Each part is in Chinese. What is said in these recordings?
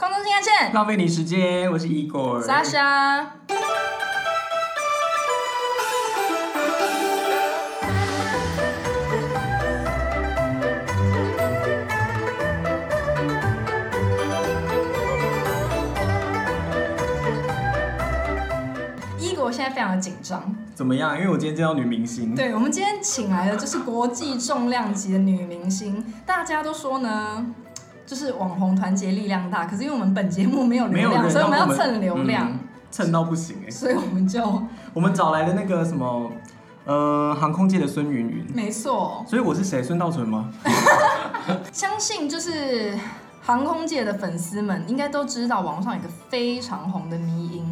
胜、浪费你时间，我是 Igor。莎莎。Igor 现在非常的紧张。怎么样？因为我今天见到女明星，对，我们今天请来的就是国际重量级的女明星，大家都说呢，就是网红团结力量大。可是因为我们本节目没有没流有量，人所以我们让要我们蹭流量，嗯蹭到不行 哎、所以我们就我们找来的那个什么，呃，航空界的孙云云。没错，所以我是谁？孙道存吗？相信就是航空界的粉丝们应该都知道，网络上有一个非常红的迷音。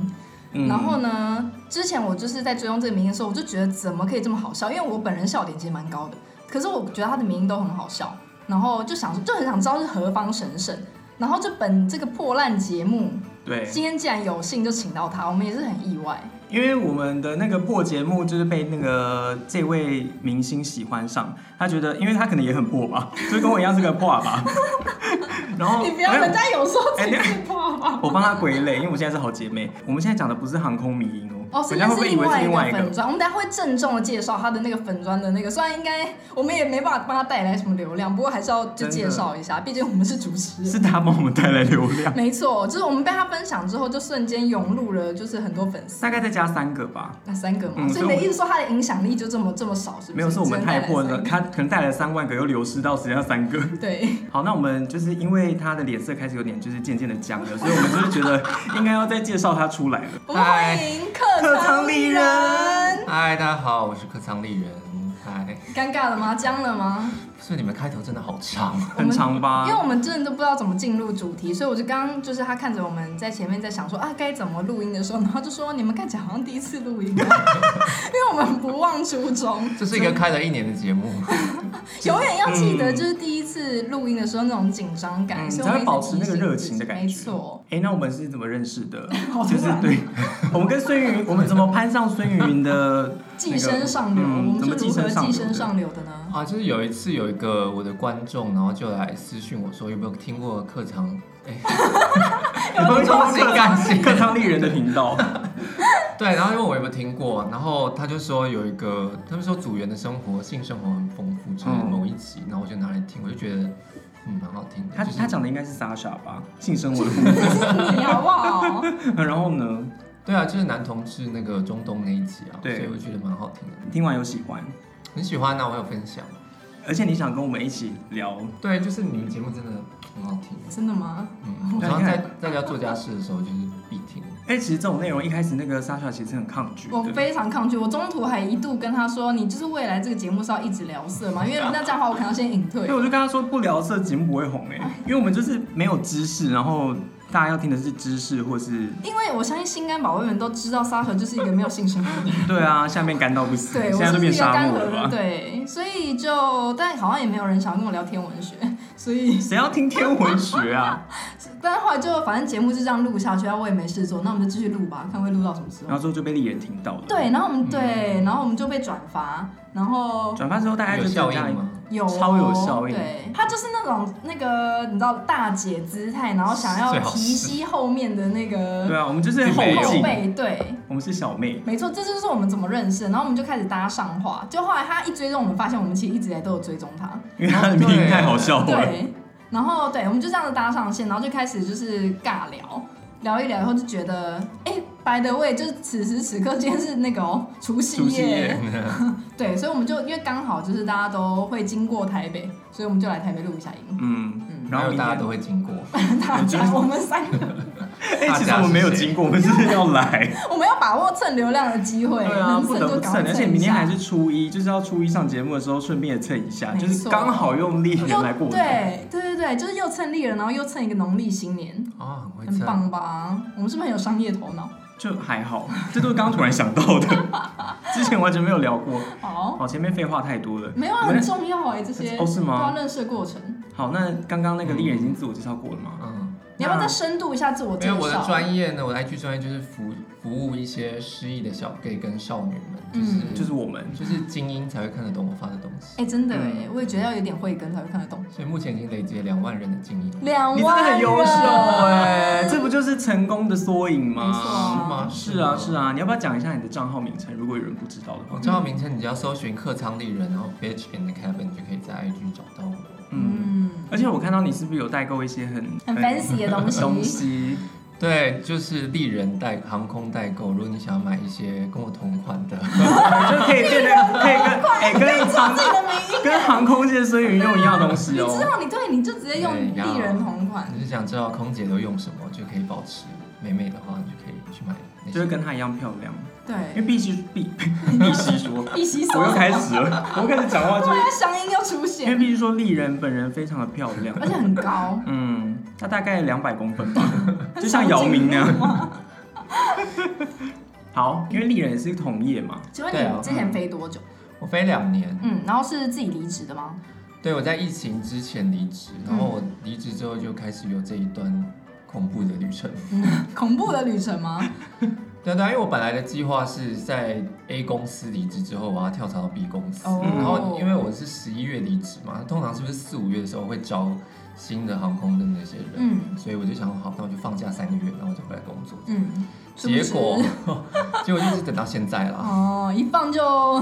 嗯然后呢，之前我就是在追踪这个迷音的时候，我就觉得怎么可以这么好笑？因为我本人笑点其实蛮高的，可是我觉得他的迷音都很好笑，然后就想说就很想知道是何方神圣。然后就本这个破烂节目，对，今天既然有幸就请到他，我们也是很意外。因为我们的那个破节目就是被那个这位明星喜欢上，他觉得，因为他可能也很破吧， 就跟我一样是个破吧。 然后你不要哎人家有说自哎己是破吧？我帮她归类，因为我们现在是好姐妹。我们现在讲的不是航空迷因哦，哦，是人家会不会以为是另外一个个粉？砖？我们等一下会郑重的介绍他的那个粉砖的那个，虽然应该我们也没办法帮他带来什么流量，不过还是要就真的介绍一下，毕竟我们是主持人。是啊他帮我们带来流量，没错，就是我们被他分享之后，就瞬间涌入了，就是很多粉丝。 大概再加三个吧。那三个嘛，嗯所以所以你我的意思说他的影响力就这么这么少，是不是？没有，是我们太破了，只能带来他可能带来三万个，又流失到只剩下三个。三个对，好，那我们就是因为他的脸色开始有点就是渐渐的僵了，所以我们就是 觉得应该要再介绍他出来了。我们欢迎客舱丽人。嗨，大家好，我是客舱丽人。嗨，尴尬了吗？僵了吗？所以你们开头真的好长，啊我们很长吧因为？我们真的都不知道怎么进入主题，所以我就刚刚就是他看着我们在前面在想说啊该怎么录音的时候，然后就说你们看起来好像第一次录 音，因为我们不忘初嗯衷，这是一个开了一年的节目。永远要记得就是第一次录音的时候那种紧张感，嗯所以才我会们一直保持那个提醒热自己情的感觉没错，哎、那我们是怎么认识的？ 好突就是然对，我们跟孙云，我们怎么攀上孙云云的 寄生上流，嗯我们怎么是如寄何生上寄流生的上流的呢？ 啊，就是有一次有一个我的观众，然后就来私讯我说有没有听过客舱？哎，有没有听过有客感舱客舱丽人的频道？对，然后因为我有没有听过，然后他就说有一个，他们说组员的生活性生活很丰富，就是嗯某一集，然后我就拿来听，我就觉得嗯蛮好听的。他就是他讲的应该是 Sasha 吧，性生活的 部你好不好？分。然后呢，对啊，就是男同志那个中东那一集啊，所对以我觉得蛮好听的，你听完有喜欢，很喜欢啊，我有分享。而且你想跟我们一起聊，对，就是你们节目真的很好听。真的吗？嗯，我常常在在家做家事的时候就是必听。哎、其实这种内容一开始那个 Sasha 其实很抗拒我的。非常抗拒，我中途还一度跟他说，你就是未来这个节目是要一直聊色吗？因为那这样的话，我可能要先隐退 所以。我就跟他说，不聊色节目不会红哎、因为我们就是没有知识，然后大家要听的是知识或是因为我相信心肝宝贝们都知道，Sasha 就是一个没有性生活的人， 对啊，下面干到不行，对现我在就都是变一个沙干涸漠了人，吧？对，所以就但好像也没有人想要跟我聊天文学，所以 谁要听天文学啊？但后来就反正节目就这样录下去，然后我也没事做，那我们就继续录吧，看会录到什么时然候。后之后就被丽人听到了。，对，然后我们对，嗯然后我们就被转发，然后转发之后大家就有效增加应一个吗？有哦超有效应对，她就是那种那个你知道大姐姿态，然后想要最好提是息后面的那对个啊，我们就是后没有后进，辈，对。我们是小妹，没错，这就是我们怎么认识的，然后我们就开始搭上话。就后来她一追踪，我们发现我们其实一直以来都有追踪她。因为她的名音太好笑了。哦对，然后对，我们就这样子搭上线，然后就开始就是尬聊，聊一聊以后就觉得，哎、白的位就是此时此刻，今天是那个、哦、除夕除夕夜对，所以我们就因为刚好就是大家都会经过台北，所以我们就来台北录一下 音。嗯，嗯，然然后后明天大家都会 经过，大家我们三个，哎、大家其实我们没有是谁经过，我们是要来。我们要把握蹭流量的机会，对啊，能不蹭得就不赶蹭，快蹭一而下且明天还是初一，就是要初一上节目的时候顺便也蹭一下，没就错是刚好用丽人又来过年。对对对对，就是又蹭立人，然后又蹭一个农历新年，啊，很会很唱。棒吧？我们是不是很有商业头脑？就还好，这都是刚刚突然想到的， 之前完全没有聊过。好，好，前面废话太多了。没有啊我们很重要哎、这些哦是吗都要认识的过程。好，那刚刚那个丽人已经自我介绍过了吗？嗯，你要不要再深度一下自我介因为绍？我的专业呢，我的 IG 专业就是服服务一些失意的小 gay 跟少女们，就是、嗯就是我们，就是精英才会看得懂我发的东西。哎、真的哎、嗯我也觉得要有点慧根才会看得懂。所以目前已经累积了两万人的精英。两你真的万很优秀人啊哎、这不成功的缩影没错吗？啊，哦是啊，是。啊，你要不要讲一下你的账号名称？如果有人不知道的话我，账号名称你只要搜寻“客舱丽人”，然后 Bitch in the Cabin 就可以在 IG 找到我。嗯，嗯，而且我看到你是不是有代购一些很很 fancy 的东西，东西？对，就是丽人代航空代购，如果你想要买一些跟我同款的， 就可以变得可以跟哎、跟航自己的名义。跟航空界孙云用一样的东西你知哦。道，你对，你就直接用对呀艺人同款，你是想知道空姐都用什么，就可以保持美美的话，你就可以去买那就是些。跟她一样漂亮，因对，为必须必必须说，一吸收。我又开始了，我又开始讲话，就突是然乡音又出因为现，必须说丽人本人非常的漂亮，而且很高，嗯，她大概两百公分吧，就像姚明那样。好，因为丽人也是同业嘛，请问对啊你之前飞多久？我飞两年，嗯，然后是自己离职的吗？对我在疫情之前离职，然嗯后我离职之后就开始有这一段恐怖的旅程。嗯恐怖的旅程吗？对对啊，因为我本来的计划是在 A 公司离职之后，我要跳槽到 B 公司。哦然后因为我是十一月离职嘛，通常是不是四五月的时候会招新的航空的那些人？嗯所以我就想，好，那我就放假三个月，然后我就回来工作。嗯，殊不结知果，结果 就是等到现在啦。哦，一放 就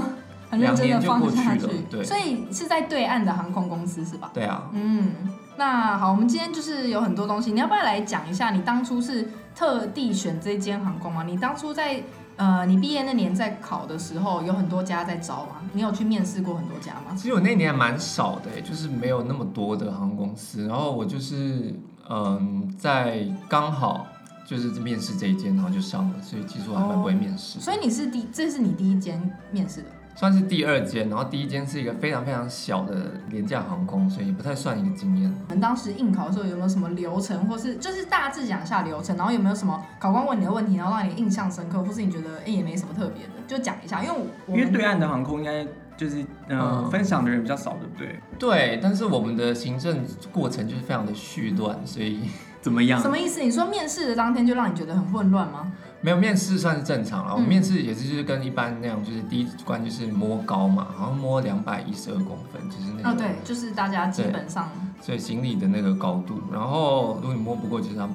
很认真的放下两年就过去了对所以是在对岸的航空公司是吧？对啊，嗯，那好，我们今天就是有很多东西，你要不要来讲一下？你当初是特地选这间航空吗？你当初在呃，你毕业那年在考的时候，有很多家在招吗？你有去面试过很多家吗？其实我那年还蛮少的、欸就是没有那么多的航空公司。然后我就是嗯，在刚好就是面试这一间，然后就上了，所以其实我还蛮不会面试的。哦所以你是第，这是你第一间面试的，算是第二间，然后第一间是一个非常非常小的廉价航空，所以不太算一个经验。你们当时应考的时候有没有什么流程，或是就是大致讲一下流程，然后有没有什么考官问你的问题，然后让你印象深刻，或是你觉得哎、也没什么特别的，就讲一下，因为我我因们为对岸的航空应该就是呃、嗯分享的人比较少，对不对？对，但是我们的行政过程就是非常的絮乱，所以怎么嗯样什？么意思？你说面试的当天就让你觉得很混乱吗？没有面试算是正常了。我们嗯面试也是就是跟一般那样，就是第一关就是摸高嘛，好像摸两百一十二公分，就是那个、啊，对，就是大家基本上所以行李的那个高度。然后如果你摸不过，就是要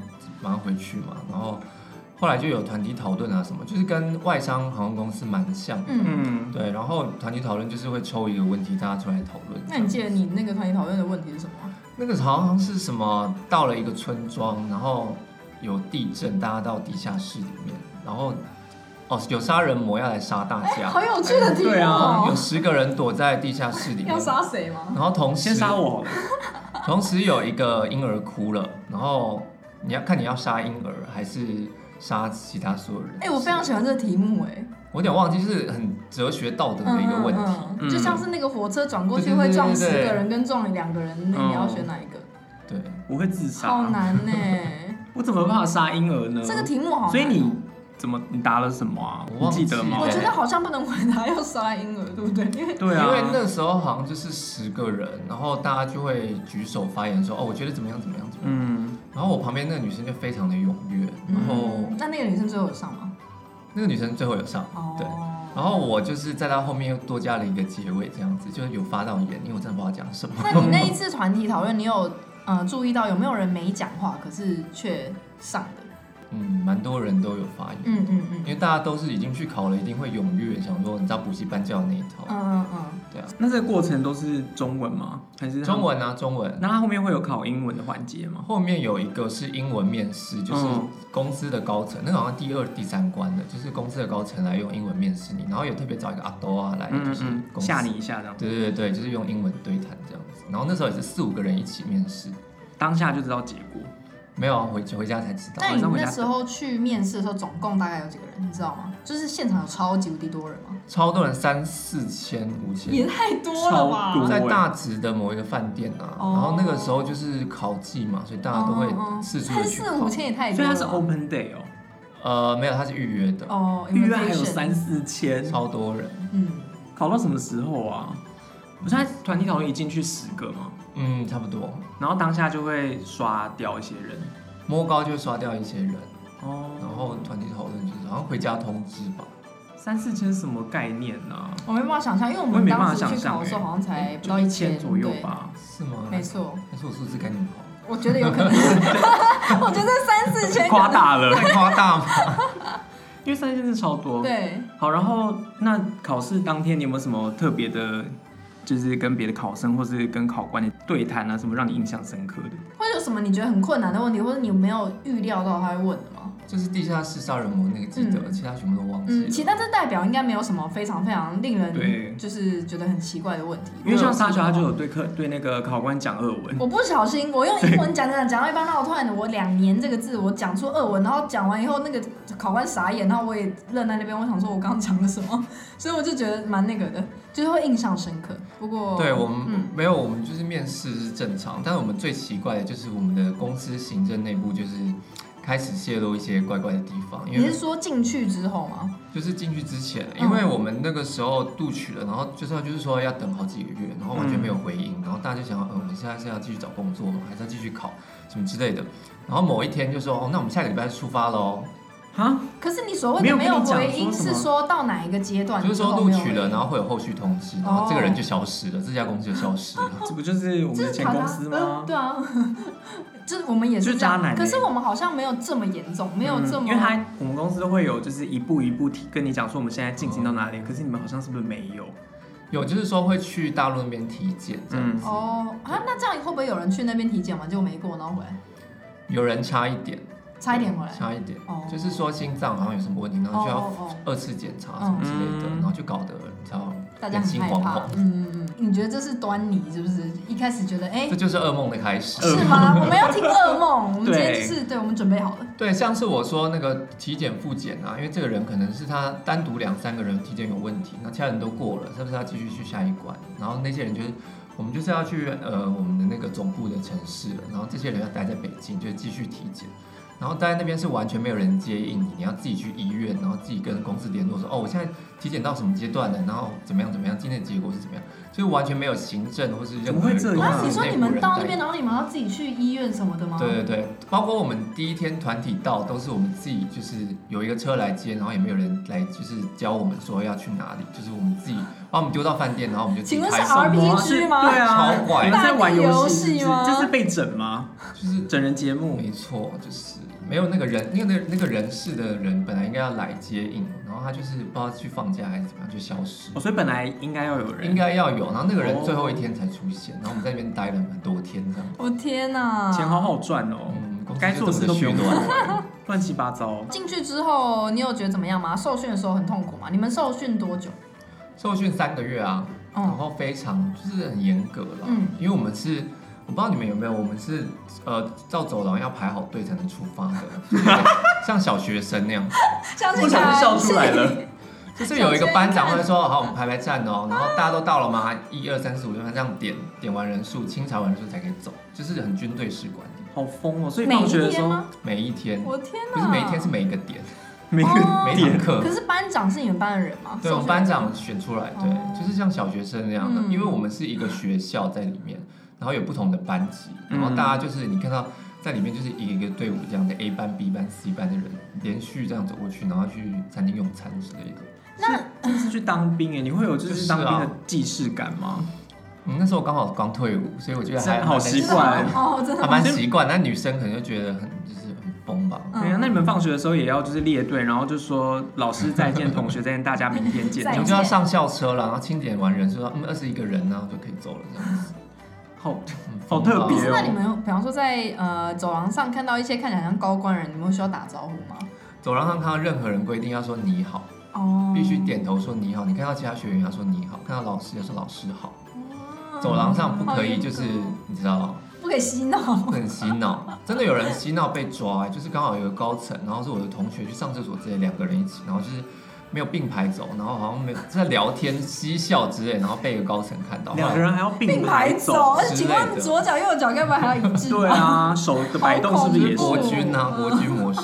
马上回去嘛。然后后来就有团体讨论啊什么，就是跟外商航空公司蛮像。嗯。嗯，对，然后团体讨论就是会抽一个问题，大家出来讨论。那你记得你那个团体讨论的问题是什么吗？那个好像是什么，到了一个村庄，然后有地震，大家到地下室里面，然后哦有杀人魔要来杀大 家，好有趣的题目对啊哦有！十个人躲在地下室里面要，杀谁吗？然后同时先杀我好了。同时有一个婴儿哭了，然后你要看你要杀婴儿还是杀其他所有人。哎，我非常喜欢这个题目，哎，我有点忘记，是很哲学道德的一个问题。嗯嗯嗯嗯就像是那个火车转过去对对对会撞对十对对个人跟撞两个人，那你要嗯选哪一个？对，我会自杀，好难呢，我怎么怕杀婴儿呢？这个题目好难哦。所以你怎么你答了什么啊？我你忘记得吗我？觉记得好像不能回答要杀婴儿，对不对？因为对因为啊，那时候好像就是十个人，然后大家就会举手发言说：“哦，我觉得怎么样怎么样怎么样。嗯，然后我旁边那个女生就非常的踊跃，然后嗯，那那个女生最后有上吗？那个女生最后有上，哦，对。然后我就是在她后面又多加了一个结尾，这样子就是有发到言，因为我真的不知道讲什么。那你那一次团体讨论，你有呃注意到有没有人没讲话，可是却上的？嗯，蛮多人都有发言，嗯嗯嗯因为大家都是已经去考了，一定会踊跃，想说你知道补习班教的那一套，嗯嗯对啊，那这个过程都是中文吗？还是中？文啊中文。那它后面会有考英文的环节吗？后面有一个是英文面试，就是嗯公司的高层，那个好像第二、第三关的，就是公司的高层来用英文面试你，然后有特别找一个阿多啊来，就嗯是嗯嗯，公司吓你一下这样，对对对，就是用英文对谈这样子。然后那时候也是四五个人一起面试，当下就知道结果。没有啊回回家才知道那。晚你上回那家时候去面试的时候，总共大概有几个人，你知道吗？就是现场有超级无敌多人吗？超多人三四千五千，也太多了吧！超多在大直的某一个饭店啊。哦然后那个时候就是考季嘛，所以大家都会嗯嗯四处三的去四考五。千也太所多以了它吧。是 open day 哦，呃，没有，他是预约的，哦，预约还有 invitation 三四千，超多人。嗯，考到什么时候啊？我现在团体讨论一进去十个嘛，嗯，差不多。然后当下就会刷掉一些人。摸高就刷掉一些人，然哦，后团体讨论就是好像回家通知吧。三四千什么概念啊？我没办法想象，因为我我也们没办法当时想去象考的时候欸好像才不就到一一千左右。吧。是吗对？没错，还是我数字概念不好？我觉得有可能， 我觉得三四 千可夸能大了，太夸大吗？因为三千字超多。对，好，然后那考试当天你有没有什么特别的，就是跟别的考生或是跟考官的对谈啊，什么让你印象深刻的？会有什么你觉得很困难的问题，或者你没有预料到他会问的吗？ 就是地下室杀人魔那个记得，嗯其他全部都忘记了。嗯，其他这代表应该没有什么非常非常令对人就是觉得很奇怪的问题。因为像沙丘他就有对课对那个考官讲俄文，我不小心，我用英文讲讲讲到一半，然后我突然我两年这个字我讲出俄文，然后讲完以后那个考官傻眼，然后我也愣在那边，我想说我刚刚讲了什么，所以我就觉得蛮那个的，就是会印象深刻。不过对我们、嗯没有，我们就是面试是正常，但是我们最奇怪的就是我们的公司行政内部就是开始泄露一些怪怪的地方，因你为是说进去之后吗？就是进去之前，嗯因为我们那个时候录取了，然后就是要就是说要等好几个月，然后完全没有回嗯应，然后大家就想，呃，我们现在是要继续找工作吗？还是要继续考什么之类的？然后某一天就说，哦，那我们下个礼拜出发喽，哈，可是你所谓没的有没跟有你讲回音说什是么说到哪一个阶段？就是说之后录没有取回了，应哦然后会有后续通知，然后这个人就消失了，这家公司就消失了。 这不就是我们这的是前考公察司呃吗？对啊，这我们也是就是这样渣男欸可是我们好像没有这么严重，没有嗯这么、因为他我们公司都会有就是一步一步提跟你讲说我们现在进行到哪里，可是你们好像是不是没有？有就是说会去大陆那边体检这样子，哦啊，那这样会不会有人去那边体检完就没过，然后回来有人差一点，差一点回来？差一点，哦，就是说心脏好像有什么问题，然后就要哦哦二次检查什么之类的，嗯然后就搞得你知道哦，大家很心害惶怕惶，，嗯嗯嗯，你觉得这是端倪是不是？一开始觉得 哎、这就是噩梦的开始。是吗？我们要听噩梦，我们今天对就是对我们准备好了，对，像是我说那个体检复检啊，因为这个人可能是他单独两三个人体检有问题，那其他人都过了，是不是要继续去下一关？然后那些人就是我们就是要去呃我们的那个总部的城市了，然后这些人要待在北京，就是继续体检。然后待在那边是完全没有人接应你，你要自己去医院，然后自己跟公司联络说，哦，我现在体检到什么阶段了，然后怎么样怎么样，今天的结果是怎么样，就是完全没有行政或是任何怎么会这样公司啊，哇你说内你部们人到带那边，然后你们要自己去医院什么的吗？对对对，包括我们第一天团体到，都是我们自己，就是有一个车来接，然后也没有人来，就是教我们说要去哪里，就是我们自己把我们丢到饭店，然后我们就自己请问开是手， RPG 什么啊是吗对啊，超怪你们在玩游大地游戏戏吗这是被整吗？就是整人节目？没错，就是没有那个人，那个那个人事的人本来应该要来接应，然后他就是不知道去放假还是怎么样就消失，哦，所以本来应该要有人，应该要有，然后那个人最后一天才出现，然后我们在那边待了很多天这样，我天哪！钱好好赚哦，嗯，公司该做的事就这都不么虚用弱。做， 乱七八糟。进去之后，你有觉得怎么样吗？受训的时候很痛苦吗？你们受训多久？受训三个月啊，嗯然后非常就是很严格啦，嗯因为我们是。我不知道你们有没有，我们是呃照走廊要排好队才能出发的，就是像小学生那样，相信我想笑出来了。就是有一个班长会说好，我们排排站哦，然后大家都到了吗？一二三四五六，这样点点完人数，清查完人数才可以走，就是很军队式管理。好疯哦！所以每放一学的时天候吗？每一天我天哪！不是每一天，是每一个点，每个哦每一堂点课可。是班长是你们班的人吗？对，受我训们班长选出来，哦对，就是像小学生那样的，嗯因为我们是一个学校在里面，然后有不同的班级，然后嗯大家就是你看到在里面就是一个一个队伍这样的 A 班、B 班、C 班的人连续这样走过去，然后去餐厅用餐之类的。那真的是去当兵哎，你会有就就是是当兵啊的既视感吗？嗯，那时候我刚好刚退伍，所以我觉得真还好蛮习惯哦，真的 还蛮习惯。那女生可能就觉得很就是很疯吧。嗯对啊，那你们放学的时候也要就是列队，然后就说老师再见，同学再见，大家明天见 再，我们就要上校车了，然后清点完人数，说嗯二十一个人呢就可以走了这样子。好嗯好特别可是哦那你们，比方说在呃走廊上看到一些看起来像高官人，你们会需要打招呼吗？走廊上看到任何人规定要说你好，哦，必须。点头说你好。你看到其他学员要说你好，看到老师要说老师好。哇走廊上不可以就是好严格哦你知道不可以嬉闹。不能洗脑，真的有人洗脑被抓、就是刚好有个高层，然后是我的同学去上厕所之类，两个人一起，然后就是。没有并排走，然后好像没有在聊天、嬉笑之类，然后被一个高层看到，后两个来人还要并排排走，之类的请问左脚右脚该不会还要一致？对，啊，手的摆动是不是也好恐国怖是？军啊，国军模式。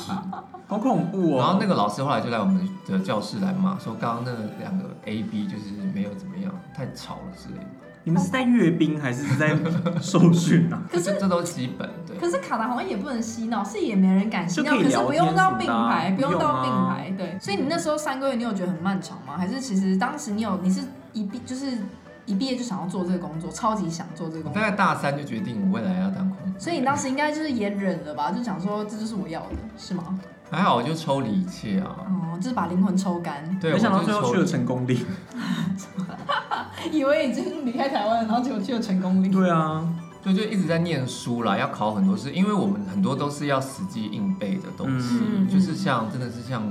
好恐怖然后哦！那个老师后来就来我们的教室来骂，说刚刚那两个 A、B 就是没有怎么样，太吵了之类的。你们是在阅兵还是在受训啊？可是这这都是基本对。可是卡达好像也不能嬉闹，是也没人敢嬉闹，就可可以是聊不天用到并什么的啊排，不用到不并用啊排，对。所以你那时候三个月，你有觉得很漫长吗？还是其实当时你有，你是一毕就是一毕业就想要做这个工作，超级想做这个我工大作？概大三就决定我未来要当空所以你当时应该就是也忍了吧，就想说这就是我要的，是吗？还好我就抽离一切啊。哦，就是把灵魂抽干， 对，没想到我就最后抽去了成功岭。 以为已经离开台湾了，然后结果去了成功岭。对啊，对，就一直在念书啦，要考很多试，因为我们很多都是要死记硬背的东西，嗯就是像真的是像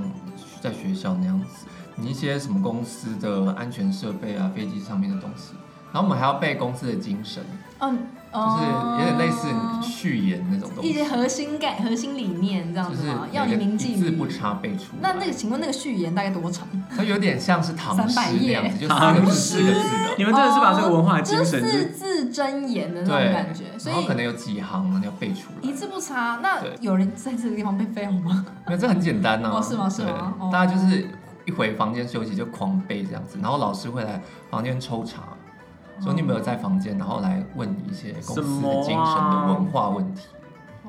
在学校那样子，你一些什么公司的安全设备啊，飞机上面的东西，然后我们还要背公司的精神，嗯，就哦是有点类似序言那种东一西，些核心概、核心理念这样就子是吗？要你有一个铭记一字于不心。差背出来。那那个，请问那个序言大概多长？它有点像是唐诗300那页样子，就四个字四个字的，你们真的是把这个文化的就精哦是神就四是字真言的那种对感觉，，所然后可以能有几行啊，你要背出来一。字不差。那对有人在这个地方被废了吗？没有，这很简单呐、啊哦是吗是吗对哦大家就是一回房间休息就狂背这样子，然后老师会来房间抽查，哦说你有没有在房间，然后来问你一些公司什么的啊精神的文化问题。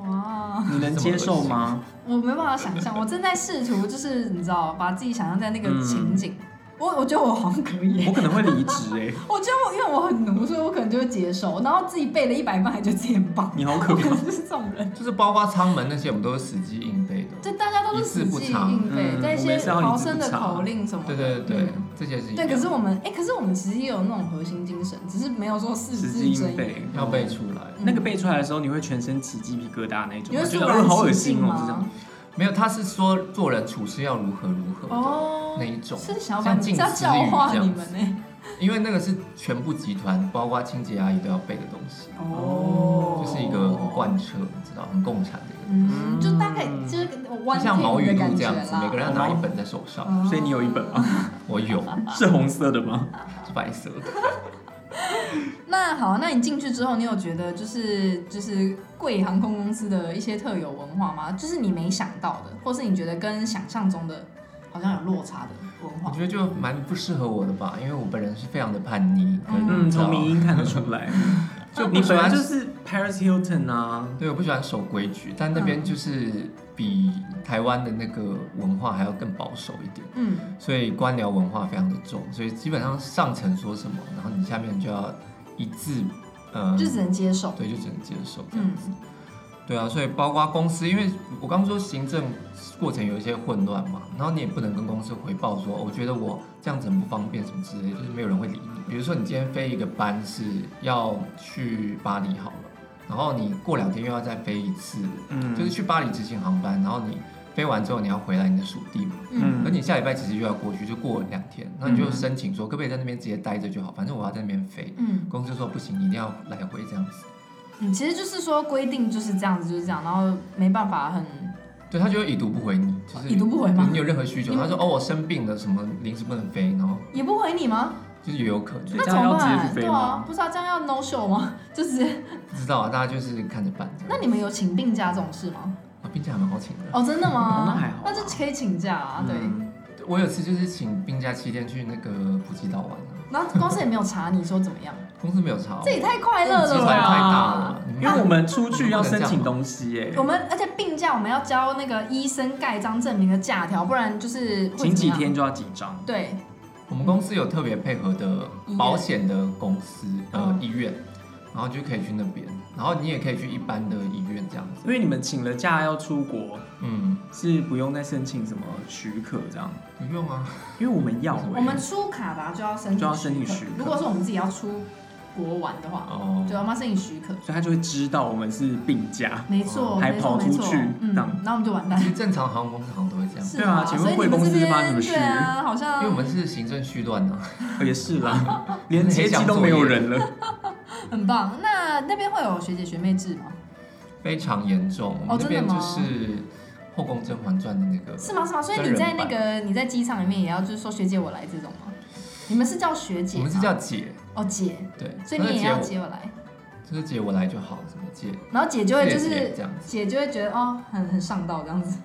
哇，你能接受吗？我没办法想象，我正在试图就是你知道，把自己想象在那个嗯情景。我我觉得我好像可以耶，我可能会离职哎，我觉得我因为我很奴，所以我可能就会接受，然后自己背了一百半，还觉得自己很棒， 你好我可可怕。能就是这种人。就是包括舱门那些，我们都是死记硬背的。就大家都是死记硬一字背，不差在一嗯我些们是要一字逃生不差的口令什么的。对对对对嗯，这些是一对，样可是我们哎、可是我们其实也有那种核心精神，只是没有说四死字记真言。硬背，要背出来。嗯那个背出来的时候，你会全身起鸡皮疙瘩那种，你会觉肃得哦然好恶起心敬哦，这样吗？没有，他是说做人处事要如何如何的、哦那，一种，是想要把你是像禁要止教语化这你样们哎子。呢、因为那个是全部集团，包括清洁阿姨都要背的东西，哦就是一个很贯彻，你知道，很共产的一个。嗯，就大概就是我 one 就像毛 take 语的录感这觉样子，每个啦。人要拿一本在手上。哦所以你有一本吗？ 我有，是红色的吗？是白色的。那好，那你进去之后，你有觉得就是就是贵航空公司的一些特有文化吗？就是你没想到的，或是你觉得跟想象中的好像有落差的文我化？觉得就蛮不适合我的吧，因为我本人是非常的叛逆，嗯，跟从名音看得出来， 就你不喜本来欢就，是 Paris Hilton 啊，对，我不喜欢守规矩，但那嗯边就是比台湾的那个文化还要更保守一点，嗯，所以官僚文化非常的重，所以基本上上层说什么，然后你下面就要一致，呃，就只能接受。对，就只能接受这样嗯子。对啊，所以包括公司，因为我刚说行政过程有一些混乱嘛，然后你也不能跟公司回报说，哦我觉得我这样子很不方便什么之类的，就是没有人会理你。比如说你今天飞一个班是要去巴黎好了，然后你过两天又要再飞一次，嗯，就是去巴黎执行航班，然后你飞完之后你要回来你的属地嘛，嗯嗯而你下礼拜其实又要过去，就过两天，那你就申请说，可不可以在那边直接待着就好，反正我要在那边飞。嗯公司说不行，你一定要来回这样子。嗯，其实就是说规定就是这样子，就是这样，然后没办法很对他就会已读不回你，就是已读不回吗你有任何需求，你他说哦我生病了，什么临时不能飞，然后也不回你吗？就是也有可能所以那这怎样么要直接办？去对飞啊吗，？不知道这样要 no show 吗？就直接。不知道啊，大家就是看着办。那你们有请病假这种事吗？啊，病假还蛮好请的。哦，真的吗？那还好那就可以请假啊，对。嗯我有次就是请病假七天去那个普吉岛玩啊，然后公司也没有查你说怎么样，公司没有查我，哦这也啊太快乐集了团吧！太大了，你因没为我有们出去要申请东西欸耶，我们而且病假我们要交那个医生盖章证明的假条，不然就是会请怎几么样。天就要几张，对，我们公司有特别配合的医院保险的公司呃嗯医院，然后就可以去那边，然后你也可以去一般的医院这样子，因为你们请了假要出国，嗯，是不用再申请什么许可这样，不用啊，因为我们要欸我我们出卡达就要申请就要申请许可如果说我们自己要出国玩的话，哦就，要妈申请许可。所以他就会知道我们是病假。没错，还没错跑出没错去嗯，这样然后我们就完蛋其。实正常航空公司好像都会这样。是对啊请问所以你贵公们司这边发生什么事对啊，好像因为我们是行政啊续乱呢、哦也是啦，连接机都没有人了。很棒。那那边会有学姐学妹制吗？非常严重。我哦们那真边的就吗是《后宫甄嬛传》的那个，是吗？是吗？所以真你人在版那个你在机场里面也要就是说学姐我来这种吗？你们是叫学姐我吗？们是叫姐，哦姐，对，所以你也姐要我，姐我来，就是姐我来就好，什么姐，然后姐就会就谢谢是这样子。姐就会觉得哦很很上道这样子。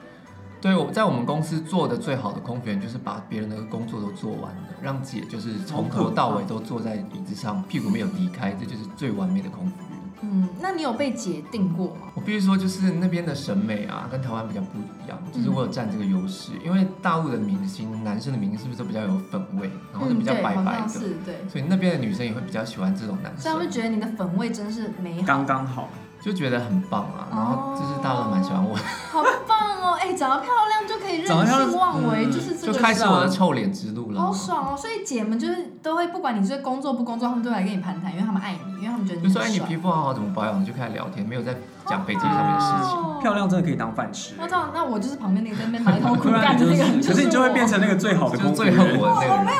对，我在我们公司做的最好的空服员就是把别人的工作都做完了，让姐就是从头到尾都坐在椅子上，屁股没有离开，这就是最完美的空服员。嗯，那你有被姐定过吗？我必须说，就是那边的审美啊，跟台湾比较不一样，嗯就是我有占这个优势，因为大陆的明星，男生的明星是不是都比较有粉味，然后就比较白嗯、对，好白像的，是对。所以那边的女生也会比较喜欢这种男所以他生会。觉得你的粉味真是美好。刚刚好，就觉得很棒哦啊。然后就是大家都蛮喜欢我，好棒哦！ 哎、长得漂亮就可以任长得漂性亮妄为，嗯就是这 就个开始我的爽臭脸之路了。好爽哦！所以姐们就是都会，不管你是工作不工作，他们都会来跟你攀谈，因为他们爱你，因为他们觉得就你说很哎，你帅皮。肤好好，怎么保养？就开始聊天，没有在讲飞机上面的事情。哦漂亮真的可以当饭吃我，知道，那我就是旁边那个在那边埋头苦不然干你的就那个哦是，人， 可是你就会变成成那个最好的就是公主最恨我人。的那个人，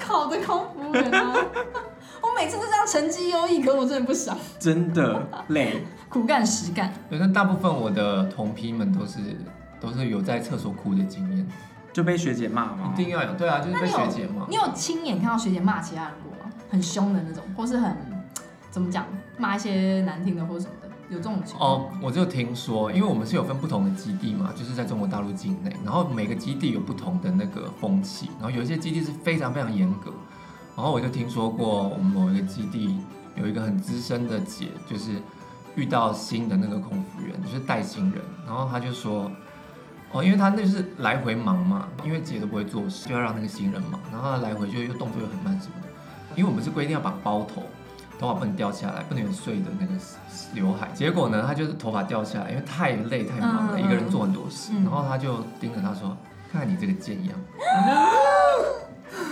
考的空服员啊！我每次都这样成绩优异，可我真的不想真的累。苦干实干。对，但大部分我的同批们都是都是有在厕所哭的经验，就被学姐骂嘛一，定要有，对啊，就是被学姐嘛，你有亲眼看到学姐骂其他人过吗？很凶的那种，或是很怎么讲，骂一些难听的或者什么的，有这种情况？哦，我就听说，因为我们是有分不同的基地嘛，就是在中国大陆境内，然后每个基地有不同的那个风气，然后有一些基地是非常非常严格，然后我就听说过我们某一个基地有一个很资深的姐，就是遇到新的那个空服员，就是带新人，然后她就说。哦，因为她那就是来回忙嘛，因为姐都不会做事，就要让那个新人忙，然后她来回就又动作又很慢什么的。因为我们是规定要把包头，头发不能掉下来，不能有碎的那个刘海。结果呢，他就是头发掉下来，因为太累太忙了，嗯一个人做很多事，嗯然后他就盯着他说：“看你这个贱样。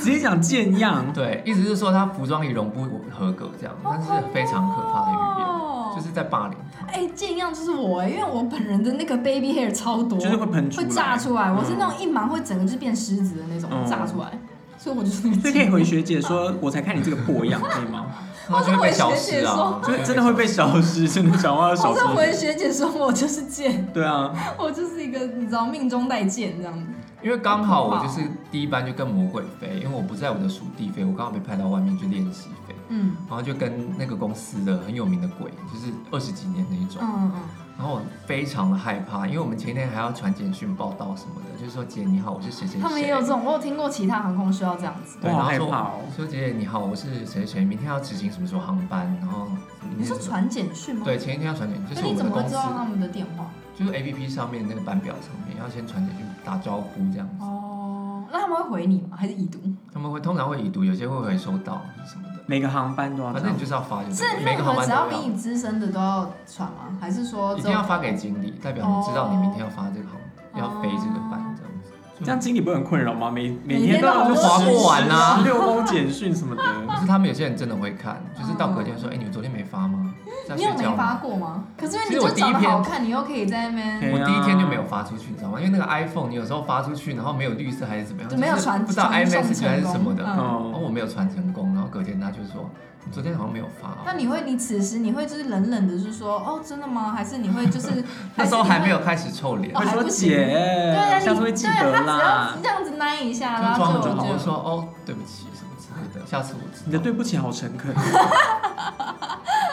直接讲贱”样，对，意思是说他服装仪容不合格这样，但是非常可怕的语言，哦就是在霸凌他。哎、这样就是我、因为我本人的那个 baby hair 超多，就是会喷出来，会炸出来，我是嗯那种一忙会整个就变狮子的那种、嗯炸出来，所以我就是那个所以可以回学姐说，我才看你这个破样，可以吗？然后就会被消失啊，就是真的会被消失，真的讲话我少在回失。学姐说，我就是贱，对啊，我就是一个你知道命中带贱这样子。因为刚好我就是第一班就跟魔鬼飞，因为我不在我的属地飞，我刚好被派到外面去练习飞，嗯然后就跟那个公司的很有名的鬼，就是二十几年那一种。嗯嗯然后我非常的害怕，因为我们前一天还要传简讯报道什么的，就是说姐你好，我是谁谁谁。嗯，他们也有这种，我有听过其他航空需要这样子。对，我然好后害说怕哦说姐姐你好，我是谁谁谁，明天要执行什么时候航班，然后你说传简讯吗？对，前一天要传简讯，就那是我你们怎的么会公知司道他们的电话？就是 A P P 上面那个班表上面要先传简讯打招呼这样子，哦，那他们会回你吗？还是已读？他们会通常会已读，有些会回收到什么的，每个航班都要这反正样你。就是要发就是对了，嗯每个任航何班只都要要比。你资深的都要传吗？还是说一只定有要发给经理，代表你知道你明天要发这个航，哦要飞这个班这样子。这样经理不会很困扰吗？每每每天天都要都就划不完啊十六封简讯什么可的，是他们有些人真的会看，就是到隔天说，哎、你们昨天没发吗？在你睡有没觉发吗？过吗？可是因为你其实就我第一长得篇好看，你又可以在那边对我第一天就没有发出去，你知道吗？因为那个 iPhone 你有时候发出去，然后没有绿色还是怎么样，就没有是传不知道传送 iMessage 还是什么的，成功然嗯后哦，我没有传成功，然后隔天他就说，你昨天好像没有发哦、那你会，你此时你会就是冷冷的，就是说，哦，真的吗？还是你会 就是，那时候还没有呃是开始臭脸哦，会还说不行姐你会，对啊，，下次你会记得对他只啦要。这样子拉一下，就然后就装着好，我我觉说哦，对不起什么之类的，下次我知道。你的对，不起好 诚恳。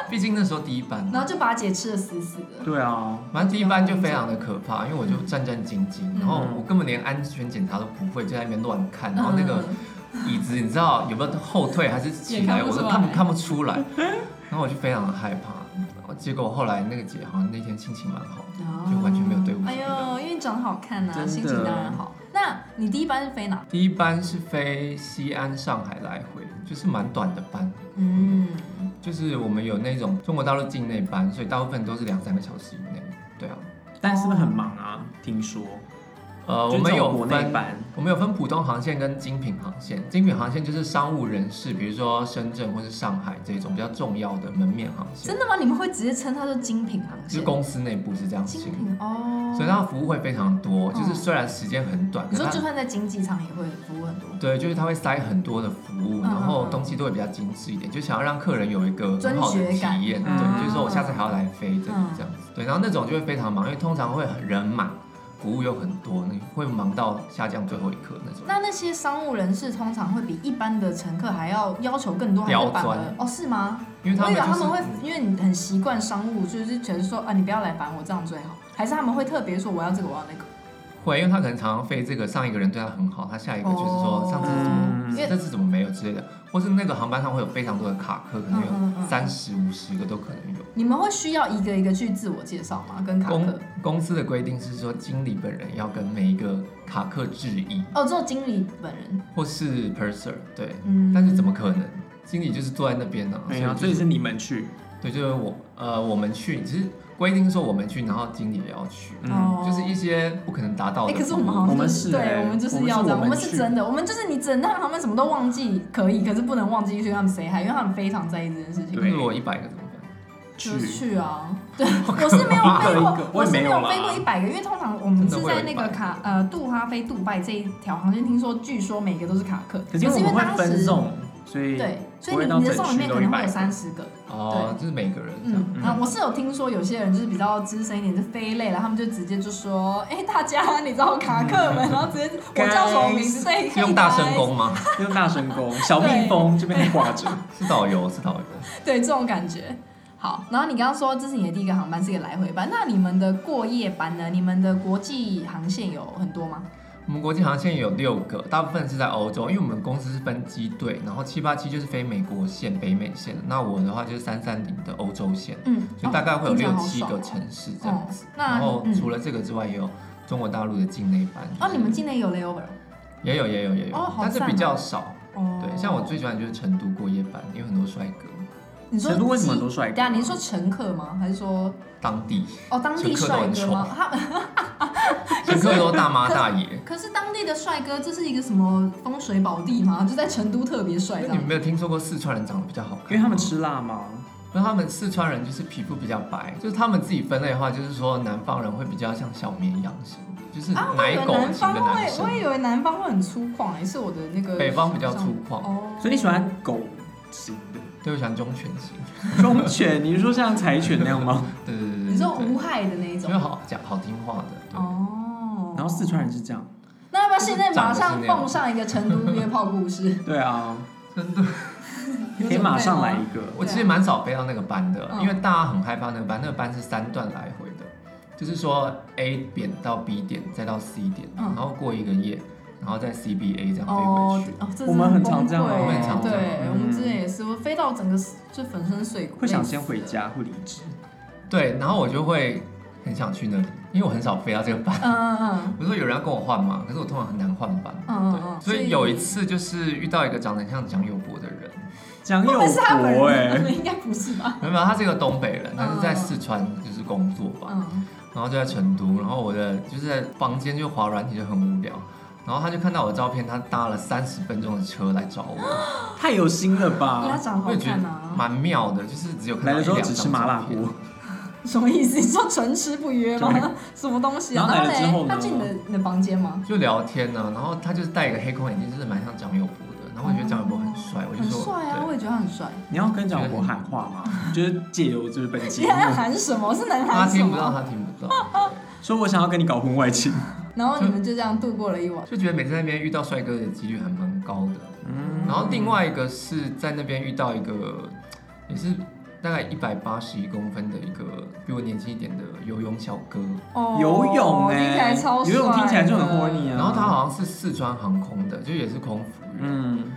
毕竟那时候第一班啊得，，然后就把姐吃的死死的。对啊，反正第一班就非常的可怕，因为我就战战兢兢，然后嗯我根本连安全检查都不会，就在那边乱看，嗯然后那个。椅子，你知道有没有后退还是起来，也看不我出来都看不看不出来。然后我就非常的害怕，然后结果后来那个姐好像那天心情蛮好的，就完全没有对我哎呦，因为长得好看啊，真的心情当然好。那你第一班是飞哪？第一班是飞西安、上海来回，就是蛮短的班，嗯，就是我们有那种中国大陆境内班，所以大部分都是两三个小时以内。对啊，但是不是很忙啊？听说，呃，就我是们这种有国内分班，我们有分普通航线跟精品航线，精品航线就是商务人士，比如说深圳或是上海这种比较重要的门面航线真，的吗？你们会直接称它做精品航就是线？公司内部是这样精行。品哦。所以它的服务会非常多，嗯就是虽然时间很短，你说可就是它算在经济舱也会服务很多，对，就是它会塞很多的服嗯务，然后嗯嗯东西都会比较精致一点，就想要让客人有一个尊很好的爵感体验，嗯对，就是说我下次还要来飞这嗯这样子，对，然后那种就会非常忙，因为通常会很人满，服务又很多，你会忙到下降最后一刻那种。那那些商务人士通常会比一般的乘客还要要求更多，还刁是反而钻哦是吗？因为他我以们为就他是们会，因为你很习惯商务，就是觉得说啊，你不要来烦我，这样最好。还是他们会特别说我要这个，我要那个。会，因为他可能常常飞这个，上一个人对他很好，他下一个就是哦说上次怎么，因为这次怎么没有之类的，或是那个航班上会有非常多的卡客，可能嗯嗯嗯有三十五十个都可能有。你们会需要一个一个去自我介绍吗？跟卡公克？公司的规定是说，经理本人要跟每一个卡客致意，哦，只有经理本人。或是 purser，对，嗯但是怎么可能？经理就是坐在那边呢、对啊，所所以以就是是你们去，对，就是我呃，我们去只是规定说我们去，然后经理也要去，嗯哦就是一些不可能达到哎、的。可是我们好像我们就是对，欸我们就我是们是要这样，我我们们是去真的，我们就是你整让他们什么都忘记可以，可是不能忘记去跟他们 say hi，因为他们非常在意这件事情。对如果我一百个怎么办？就去啊，对，我是没有一飞个过，我我也是没没有有啦飞过一百个，因为通常我们真是的会有在那个100卡呃杜哈飞杜拜这一条航线，听说据说每个都是卡克，可是是我因为们会当分时送，所以对，所不以会你到你的整送里区面都可能会100有个三十个，哦，这是每个人这样。嗯，嗯然后我是有听说有些人就是比较资深一点，就飞累了，他们就直接就说：“哎、大家，你知道卡克们，然后直接我叫什么名字？”对，是 用大声嗨，功吗？用大神功，小蜜蜂这边挂着，是导游，是导游。对这种感觉。好，然后你刚刚说这是你的第一个航班是一个来回班，那你们的过夜班呢？你们的国际航线有很多吗？我们国际航线有六个，大部分是在欧洲，因为我们公司是分机队，然后七八七就是飞美国线、北美线，那我的话就是三三零的欧洲线，嗯，所以大概会有哦听起来六好七爽个哦城市哦这样子。，那然后嗯除了这个之外，也有中国大陆的境内班。哦，就是你们境内有 layover 也有也有也有，哦好但是赞比哦较少。哦？对，像我最喜欢的就是成都过夜班，因为很多帅 哥，你说成都为什么很多机？帅对哥啊，？你是说乘客吗？还是说当地哦当地乘客都帅很哥吗？他乘客都大妈大爷。 可是当地的帅哥，这是一个什么风水宝地吗？就在成都特别帅这那你样们。没有听说过四川人长得比较好看吗？因为他们吃辣吗？那他们四川人就是皮肤比较白，就是他们自己分类的话，就是说南方人会比较像小绵羊型，就是啊，我以奶为狗南型方的会男，生我，以为南方会很粗犷，也是我的那个北方比较想象粗犷。哦。所以你喜欢狗型 的对，我喜欢忠犬型。忠犬？你是说像柴犬那样吗？对对对对对。你说对无害的那一因种为好讲好听话的。对。哦。然后四川人是这样，那要不要现在马长得上是那样奉上一个成都约炮故事？对啊，真的，有可以准马备上吗来一个。我其实蛮少飞到那个班的，嗯因为大家很害怕那个班，那个班是三段来回的，就是说 A 点到 B 点，再到 C 点，嗯然后过一个夜，然后再 C B A 这样飞哦回去。哦，这我们真的很常崩这样溃哦我们很常这样对，我们嗯之前也是，我飞到整个就粉身碎骨，会想累死先回了。家，会离职。对，然后我就会很想去那里，因为我很少飞到这个班。嗯嗯嗯不是说有人要跟我换吗？可是我通常很难换班。嗯嗯嗯，对，所以有一次就是遇到一个长得很像蒋友柏的人，蒋会友不会是他本柏哎， 人？应该不是吧？没有，没有他是一个东北人，他是在四川就是工作吧，嗯，然后就在成都，然后我的就是在房间就滑软体就很无聊，然后他就看到我的照片，他搭了三十分钟的车来找我，太有心了因为他吧！长得我哦好也觉看得啊。蛮妙的，就是只有看来到的一时候两只吃张麻辣照片锅，什么意思？你说纯吃不约吗？什么东西啊？然后来了嘞，之后呢他进你的你的房间吗？就聊天呢、然后他就是戴一个黑框眼镜，就是蛮像蒋友柏的，然后我觉得蒋友柏很帅，我就很说帅啊，我对，也觉得他很帅。你要跟蒋友柏喊话吗？就是借由就是本你节还要 目，喊什么？是能他喊什听不到，么？他听不到。对说我想要跟你搞婚外情。然后你们就这样度过了一晚。就觉得每次在那边遇到帅哥的几率还蛮高的。嗯然后另外一个是在那边遇到一个也是大概一百八十一公分的一个比我年轻一点的游泳小哥，哦游泳听起来哎，超帅游的泳听起来就很 horny 啊。然后他好像是四川航空的，就也是空服员。嗯，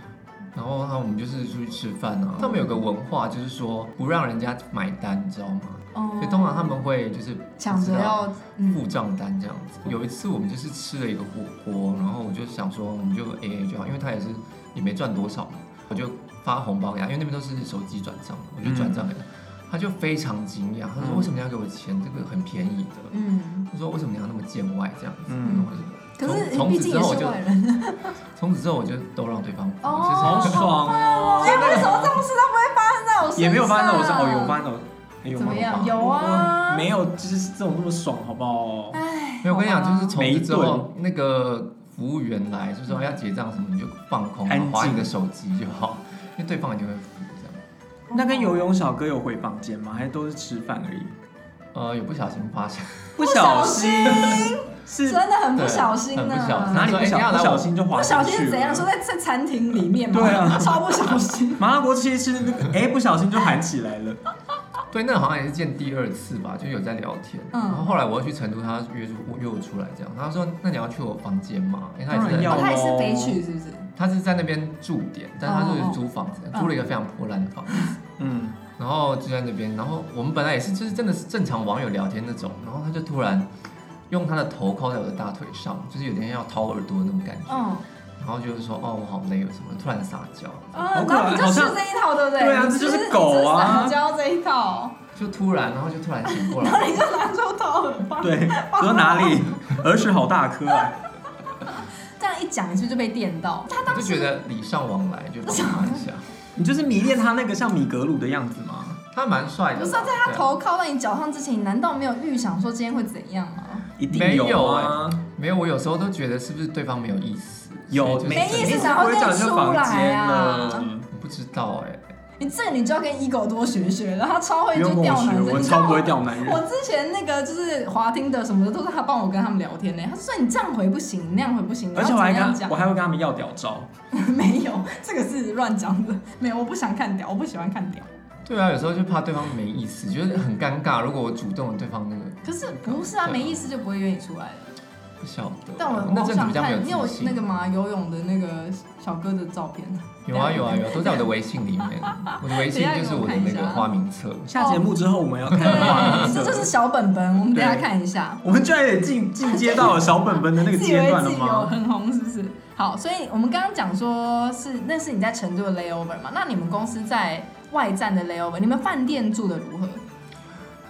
然后他我们就是出去吃饭啊，他们有个文化就是说不让人家买单，你知道吗？哦所以通常他们会就是抢不知着道要嗯付账单这样子。有一次我们就是吃了一个火锅，然后我就想说我们就 A A 就好，因为他也是也没赚多少嘛，我就发红包给他，因为那边都是手机转账，我就转账给他，他就非常惊讶，他说嗯为什么你要给我钱？这个很便宜的。嗯，他说为什么你要那么见外这样子？嗯然后可从是你从毕此竟之也后我是就外人。从此之后我就都让对方付，哦好就是爽哦哦。哎，为什么这种事都不会发生在我身上？啊也没有发生在我身哦，有发生在我哎有怎吗么？样？有有啊，没有，就是这种那么爽，好不好？哎，没有，我跟你讲，好吧就是从此之后那个服务员来，就说要结账什么，你就放空，安静划你的手机就好，因为对方一定会付这样。那跟游泳小哥有回房间吗？还是都是吃饭而已？呃，有不小心发生，不小小心心是真的很不小心对呢，很不小心哪里不哎你小要来不我小心就滑不下小去心了是怎样？说在在餐厅里面吗？对啊，超不小 心。麻辣锅吃一吃，那个 哎，不小心就喊起来了。对，那好像也是见第二次吧，就有在聊天。嗯然后后来我要去成都，他约我约我出来这样，他说：“那你要去我房间吗？”因为他也是当然在要哦，咯他也是飞去是不是？他是在那边驻点，但是他就是哦哦租房子，嗯租了一个非常破烂的房子，嗯，然后就在那边。然后我们本来也是就是真的是正常网友聊天那种，然后他就突然用他的头靠在我的大腿上，就是有点要掏耳朵那种感觉。嗯，然后就是说哦我好累哦什么，突然撒娇，啊，好可然后爱你就好试像这一套，对不对？对啊你这就是你是狗啊撒娇这一套，就突然然后就突然醒过来然，后你就拿出套很棒。对，说哪里 耳屎好大颗啊！这样一讲，你是不是就被电到？他我当就觉时得礼尚往来，就帮忙 一下。你就是迷恋他那个像米格鲁的样子吗？他蛮帅的啦，不是啊，在他对啊头靠到你脚上之前，你难道没有预想说今天会怎样吗？一定没有啊！没有，我有时候都觉得是不是对方没有意思，有所以就是哎没意思你然后不会再讲就出房来间嗯啊了。不知道哎、你这你就要跟一狗多学学了，他超会不就用跟钓我男学，生，我你知道超吗不会钓男人。 我之前那个就是滑听的什么的，都是他帮我跟他们聊天呢、他说你这样回不行，你那样回不行，你而要且怎我么还跟样他讲哦我？还会跟他们要屌照， 没有，这个是乱讲的，没有，我不想看屌，我不喜欢看屌。对啊，有时候就怕对方没意思，觉得很尴尬。如果我主动了，对方那个可是不是啊，没意思就不会约你出来了。不晓得。但我那好阵子想比较没有看，你有自信。那个吗？游泳的那个小哥的照片。 有啊有啊有啊，都在我的微信里面。我的微信就是我的那个花名册。下节目之后我们要看画对，面这的。就是小本本，我们等一下看一下。我们居然也进进阶到了小本本的那个自以为阶段自了己有吗？很红是不是？好，所以我们刚刚讲说是那是你在成都的 layover 嘛？那你们公司在外站的 layover，你们饭店住的如何？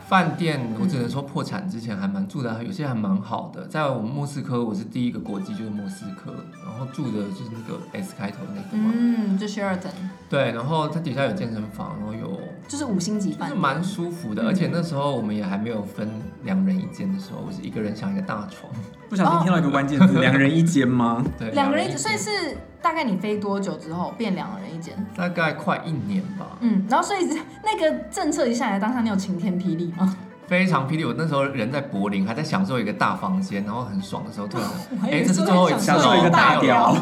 饭店我只能说破产之前还蛮住的，有些还蛮好的。在我们莫斯科，我是第一个国际就是莫斯科，然后住的就是那个 S 开头那个嘛。嗯，就 Sheraton，对，然后它底下有健身房，然后有就是五星级饭是店。蛮舒服的，嗯而且那时候我们也还没有分两人一间的时候，我是一个人想一个大床，不小心听到一个关键哦字，两人一间吗？对，两个人一间间，所以是大概你飞多久之后变两个人一间？大概快一年吧，嗯，然后所以那个政策一下来，当下你有晴天霹雳吗？非常霹雳。我那时候人在柏林，还在享受一个大房间，然后很爽的时候，突然我还以哎，为这是说最后一在次享受哦一个大屌屌，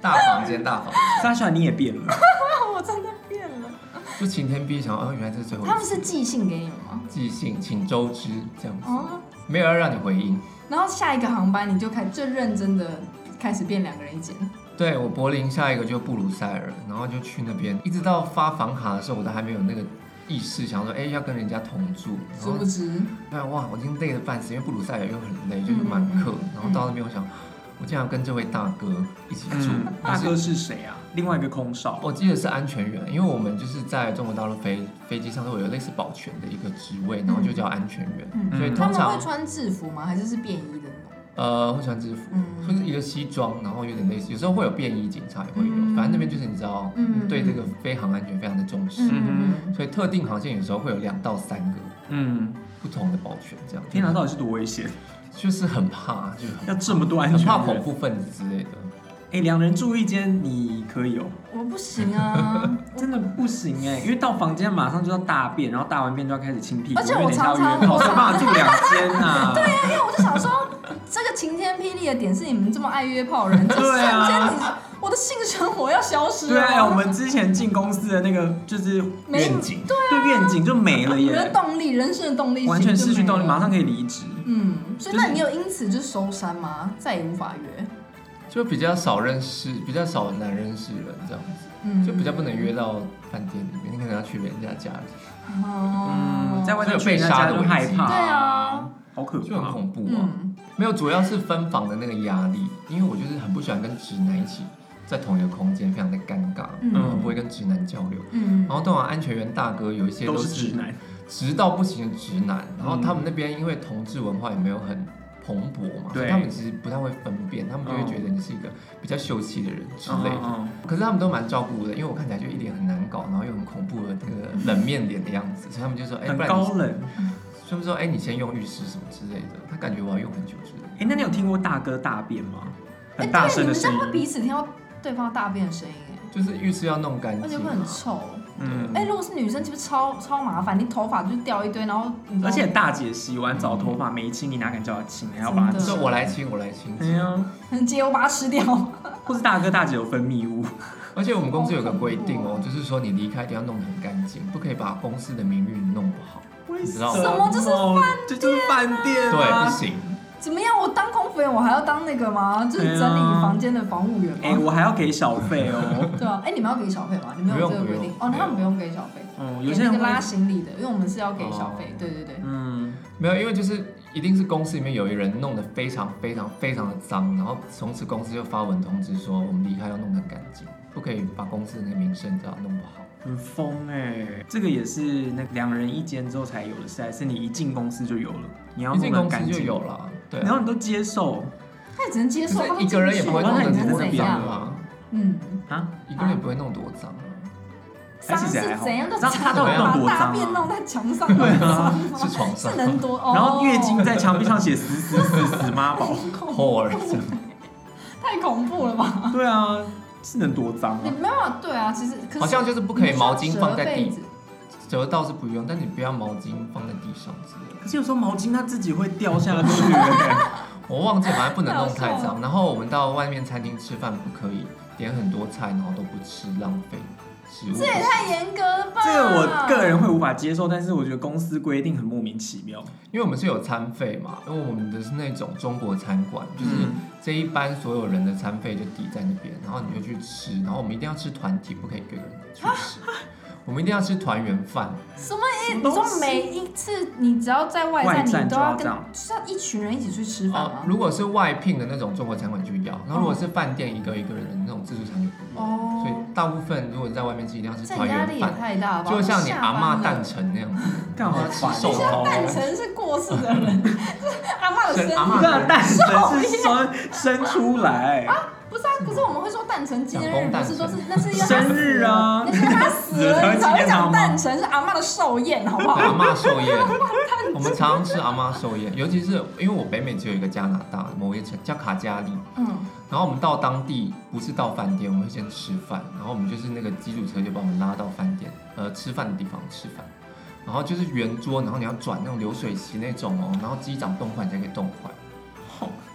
大房间，大房间，莎莎你也变了， 我真的变了。就晴天霹雳，想哦，原来这是最后他一们次。是寄信给你们吗？寄信，请周知这样子，哦，没有要让你回应。然后下一个航班你就开就认真的开始变两个人一间。对我柏林下一个就布鲁塞尔，然后就去那边，一直到发房卡的时候，我都还没有那个意识，想说哎要跟人家同住，然殊后不知，哎哇，我已经累得半死，因为布鲁塞尔又很累，就是满客。然后到那边，我想，我竟然跟这位大哥一起住，嗯，但大是哥是谁啊？哦另外一个空少，我记得是安全员，因为我们就是在中国大陆飞飞机上都有类似保全的一个职位，然后就叫安全员，嗯所以他们通会常穿制服吗？还是是便衣的那种？呃会穿制服，嗯就是一个西装，然后有点类似，有时候会有便衣警察也会有，嗯反正那边就是你知道，嗯对这个飞航安全非常的重视，嗯嗯所以特定航线有时候会有两到三个嗯，不同的保全，这样天哪，到底是多危险？就是很怕，就是很要这么多安很全怕恐人？怖分子之类的。哎，两人住一间，你可以哦。嗯，我不行啊，真的不行哎、因为到房间马上就要大便，然后大完便就要开始清屁股，而且因为我等一下要常常约炮，我没有常办法住两间啊呐。 对啊因为我就想说，这个晴天霹雳的点是你们这么爱约炮 的人，就瞬对啊间你我的性生活要消失对了。啊，哎我们之前进公司的那个就是没愿景，对愿景就没了你的耶，动力，人生的动力完全失去动力，马吗？上可以离职。嗯，所以就是那你有因此就收山吗？再也无法约，就比较少认识，比较少难认识人这样子，嗯，就比较不能约到饭店里面，你可能要去人家家里，哦嗯，，在外就面有被去人杀家的就危机害怕，对啊，好可就很怕。恐怖啊。嗯，没有，主要是分房的那个压力，因为我就是很不喜欢跟直男一起在同一个空间，非常的尴尬，嗯然后不会跟直男交流。嗯然，后通常安全员大哥有一些都都是直男，直到不行的直男，然后他们那边因为同志文化也没有很蓬勃嘛，对所以他们其实不太会分辨，他们就会觉得你是一个比较秀气的人之类的。嗯可是他们都蛮照顾我的，因为我看起来就一脸很难搞，然后又很恐怖的那个冷面脸的样子，所以他们就说，哎、很不然高你，冷。他们说，哎、你先用浴室什么之类的，他感觉我要用很久之类的。哎，那你有听过大哥大便吗？哎很大对你声的们这声样会音，彼此听到对方大便的声音，哎，就是浴室要弄干而净且啊，会很臭。嗯，哎，如果是女生，岂不是超超麻烦？你头发就掉一堆，然后你知道而且大姐洗完澡头发没清，你哪敢叫她清？还要把她真的就清我来亲，我来亲。哎呀，很结，我把它吃掉。或是大哥大姐有分泌物，而且我们公司有个规定好恐哦，就是说你离开一定要弄得很干净，不可以把公司的名誉弄不好。为什么什么这是饭这就是饭店对，啊不！行。怎么样？我当空服员，我还要当那个吗？就是整理房间的防务员哎、吗？我还要给小费哦。对啊，哎，你们要给小费吗？你们有这个规定？不用哦不用，他们不用给小费，嗯，有给些那人个会拉行李的，因为我们是要给小费哦。对对对，嗯，没有，因为就是一定是公司里面有一人弄得非常非常非常的脏，然后从此公司就发文通知说我们离开要弄得很干净，不可以把公司的名声这样弄不好。很疯哎、这个也是那两人一间之后才有的事，还是你一进公司就有了？你要一进弄得很公司干就净有，了，对、然后啊。你都接受他也只能接受，他可都是一个人也进去不会了弄得你能多怎脏样？啊，嗯，啊？一个人也不会弄多脏啊，哎脏其是实还好怎样都脏他到底把弄多脏大啊便弄在墙上，很脏吗是床上是 能多哦。然后月经在墙壁上写死死死死妈 宝，或者是太恐怖了吧？ 对啊，是能多脏你啊？没有办法对啊，其实 可是好像就是不可以毛巾放在你需要折被，地子折倒是不用，但你不要毛巾放在地上之类的。可是有时候毛巾它自己会掉下 去、欸，我忘记，反正不能弄太太好笑 脏。然后我们到外面餐厅吃饭不可以点很多菜，然后都不吃，浪费食物。这也太严格了吧？这个我个人会无法接受，但是我觉得公司规定很莫名其妙。因为我们是有餐费嘛，因为我们的是那种中国餐馆，就是嗯这一班所有人的餐费就抵在那边，然后你就去吃，然后我们一定要吃团体，不可以一个人去 吃。我们一定要吃团圆饭，什么意？什么你东西说每一次你只要在外外站，站你都就要跟这样就是要一群人一起去吃饭哦吗，？如果是嗯外聘的那种中国餐馆就要，然后如果是饭店一个一个人的那种自助餐就不要。哦所以大部分如果在外面吃，一定要吃这团压圆力也饭，太大了吧？就像你下阿班嬷了蛋成 那样子，干嘛然后吃烦寿你现在桃蛋成是过世的人，这是阿嬷的生生阿你嬷知道蛋神是生生出来，不是啊，可是我们会说诞辰纪念日，不是说是那是因为他生日啊死了那是因为他死了，你才会讲诞辰是阿妈的寿宴，好不对阿好？妈寿宴，我们常常吃阿妈寿宴，尤其是因为我北美只有一个加拿大某一个城叫卡加利，嗯，然后我们到当地不是到饭店，我们会先吃饭，然后我们就是那个机组车就把我们拉到饭店，呃，吃饭的地方吃饭，然后就是圆桌，然后你要转那种流水席那种哦，然后机长动筷你才可以动筷，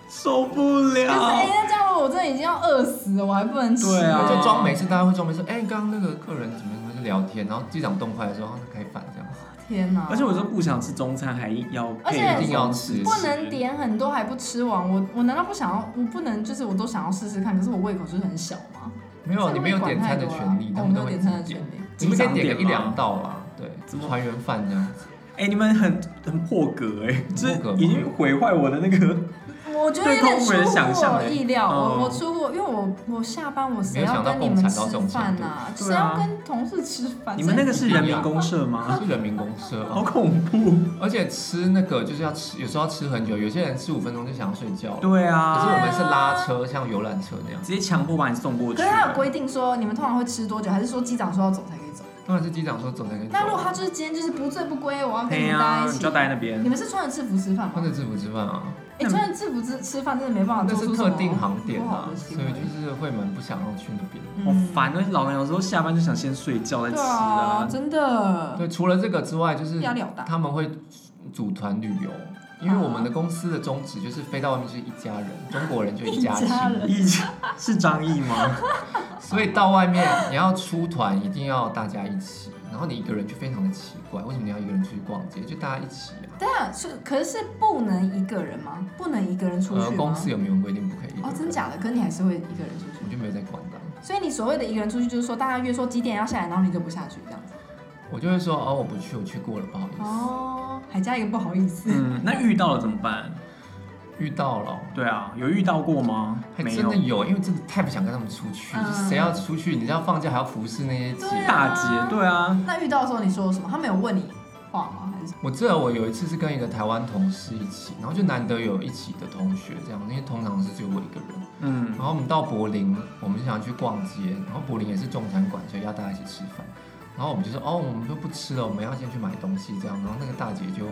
受不可是哎，了。那这样我真的已经要饿死了，我还不能吃。对啊就装没事，大家会装没事，哎，刚刚那个客人怎么怎么就聊天，然后机长动筷的时候啊开饭这样，天哪！而且我说不想吃中餐，还要而且配一定要吃不能点很多还不吃完，我我难道不想要？我不能就是我都想要试试看，可是我胃口就是很小嘛。没有，你没有所以点我也管餐太的多权利，了他哦们没都有会点自餐的己权点，利。你们先点个一机长点吗两道啦，对，怎么团圆饭这样子。哎、你们很很破格哎、这破格吗已经毁坏我的那个。我觉得有点出对空服人想乎象我欸意料，嗯我我出乎，因为我我下班我谁没有要想到跟你共们产吃到这种饭程度啊？对谁要啊跟同事吃饭？你们那个是人民公社吗？是人民公社好哦，恐怖。而且吃那个就是要吃，有时候要吃很久，有些人吃五分钟就想要睡觉了。对可是我啊，们是拉车，像游览车那样，直接强迫把你送过去。可是他有规定说，你们通常会吃多久？还是说机长说要走才可以走？当然是机长说走才啊可以走。那如果他就是今天就是不醉不归，我要跟哎你们呀待，在一你起就，待在那边你。们是穿着制服吃饭穿吗？着制服吃饭啊，哎，穿着制服吃吃饭真的没办法那做是出什特么定航点不好啊，的所行以为。嗯就是会蛮不想要去那边。好烦，而且老人有时候下班就想先睡觉再对吃啊，啊。真的对，除了这个之外，就是压力好大。他们会组团旅游，啊因为我们的公司的宗旨就是飞到外面就是一家人，中国人就一家一家亲人，毅是张毅吗？所以到外面你要出团，一定要大家一起。然后你一个人就非常的奇怪，为什么你要一个人出去逛街？就大家一起啊。对啊，是可是不能一个人吗？不能一个人出去呃，吗？公司有明文规定不可以一个人。哦，真假的？可是你还是会一个人出去我。就没有在管的。所以你所谓的一个人出去，就是说大家约说几点要下来，然后你就不下去这样子。我就会说哦，我不去，我去过了，不好意思。哦，还加一个不好意思。嗯，那遇到了怎么办？遇到了，对啊，有遇到过吗？还没真有的。有，因为真的太不想跟他们出去，嗯谁要出去？你知道放假还要服侍那些姐。对啊大姐，对啊，那遇到的时候你说了什么？他没有问你话吗？还是我记得我有一次是跟一个台湾同事一起，然后就难得有一起的同学这样，因为通常是只有我一个人。嗯然，后我们到柏林，我们想去逛街，然后柏林也是中餐馆，所以要大家一起吃饭。然后我们就说哦，我们都不吃了，我们要先去买东西这样。然后那个大姐就